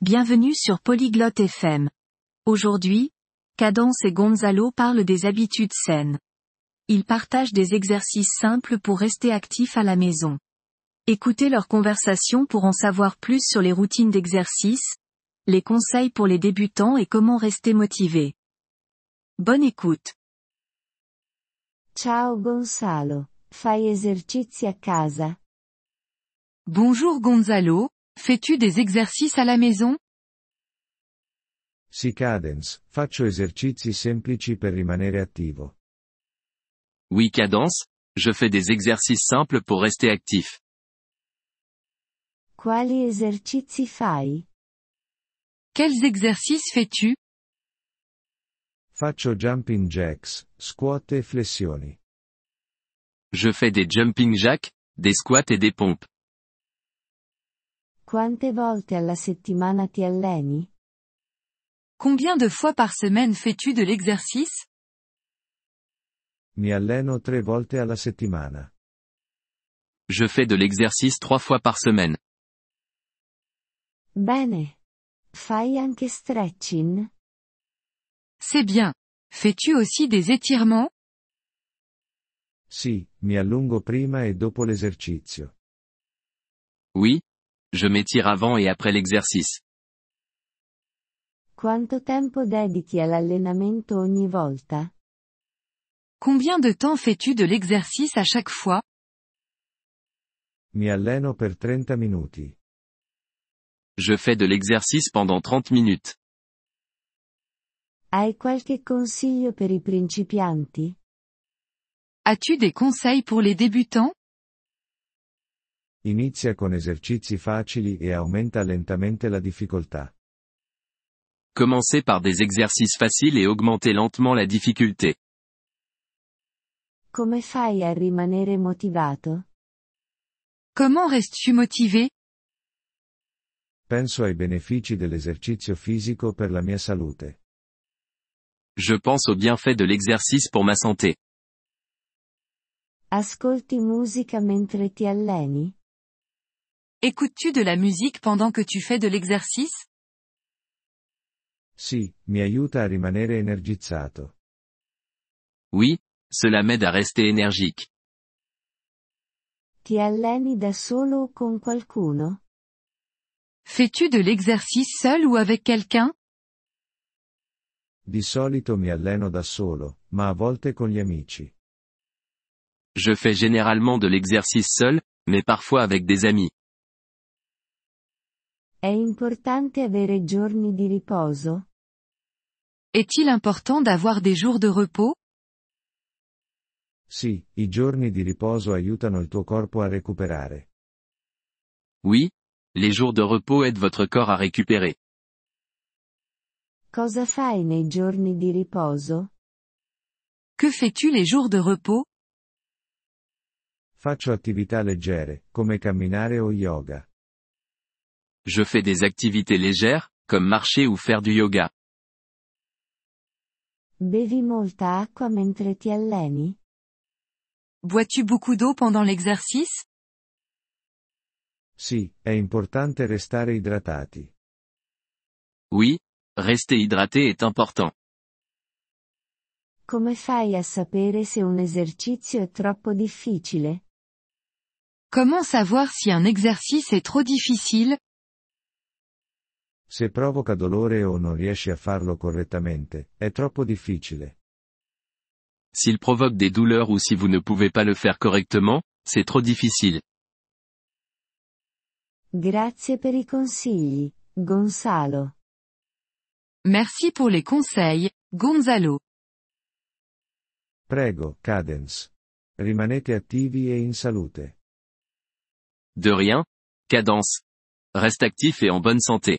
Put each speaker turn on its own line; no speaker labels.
Bienvenue sur Polyglotte FM. Aujourd'hui, Cadence et Gonzalo parlent des habitudes saines. Ils partagent des exercices simples pour rester actifs à la maison. Écoutez leur conversation pour en savoir plus sur les routines d'exercice, les conseils pour les débutants et comment rester motivé. Bonne écoute.
Ciao Gonzalo, fai esercizi a casa?
Bonjour Gonzalo, fais-tu des exercices à la maison
Sì Cadence, faccio esercizi semplici per rimanere attivo.
Oui Cadence, je fais des exercices simples pour rester actif.
Quali esercizi fai?
Quels exercices fais-tu
Faccio jumping jacks, squat e flessioni.
Je fais des jumping jacks, des squats et des pompes.
Quante volte alla settimana ti alleni?
Combien de fois par semaine fais-tu de l'exercice
Mi alleno tre volte alla settimana.
Je fais de l'exercice trois fois par semaine.
Bene. Fai anche stretching?
C'est bien. Fais-tu aussi des étirements
Sì, mi allungo prima e dopo l'esercizio.
Oui. Je m'étire avant et après l'exercice.
Quanto tempo dedichi all'allenamento ogni volta?
Combien de temps fais-tu de l'exercice à chaque fois
Mi alleno per 30 minuti.
Je fais de l'exercice pendant 30 minutes.
Hai qualche consiglio per i principianti?
As-tu des conseils pour les débutants
Inizia con esercizi facili e aumenta lentamente la difficoltà.
Commencez par des exercices faciles et augmentez lentement la difficulté.
Come fai a rimanere motivato?
Comment restes-tu motivé
Penso ai benefici dell'esercizio fisico per la mia salute.
Je pense aux bienfaits de l'exercice pour ma santé.
Ascolti musica mentre ti alleni?
Écoutes-tu de la musique pendant que tu fais de l'exercice
Sì, mi aiuta a rimanere energizzato.
Oui, cela m'aide à rester énergique.
Ti alleni da solo o con qualcuno?
Fais-tu de l'exercice seul ou avec quelqu'un
Di solito mi alleno da solo, ma a volte con gli amici.
Je fais généralement de l'exercice seul, mais parfois avec des amis.
È importante avere giorni di riposo?
Est-il important d'avoir des jours de repos
Sì, i giorni di riposo aiutano il tuo corpo a recuperare.
Oui, les jours de repos aident votre corps à récupérer.
Cosa fai nei giorni di riposo?
Que fais-tu les jours de repos
Faccio attività leggere, come camminare o yoga.
Je fais des activités légères, comme marcher ou faire du yoga.
Bevi molta acqua mentre ti alleni?
Bois-tu beaucoup d'eau pendant l'exercice
Sì, è importante restare idratati.
Oui, rester hydraté est important.
Come fai a sapere se un esercizio è troppo difficile?
Comment savoir si un exercice est trop difficile
Se provoca dolore o non riesci a farlo correttamente, è troppo difficile.
S'il provoque des douleurs ou si vous ne pouvez pas le faire correctement, c'est trop difficile.
Grazie per i consigli, Gonzalo.
Merci pour les conseils, Gonzalo.
Prego, Cadence. Rimanete attivi e in salute.
De rien. Cadence. Reste actif et en bonne santé.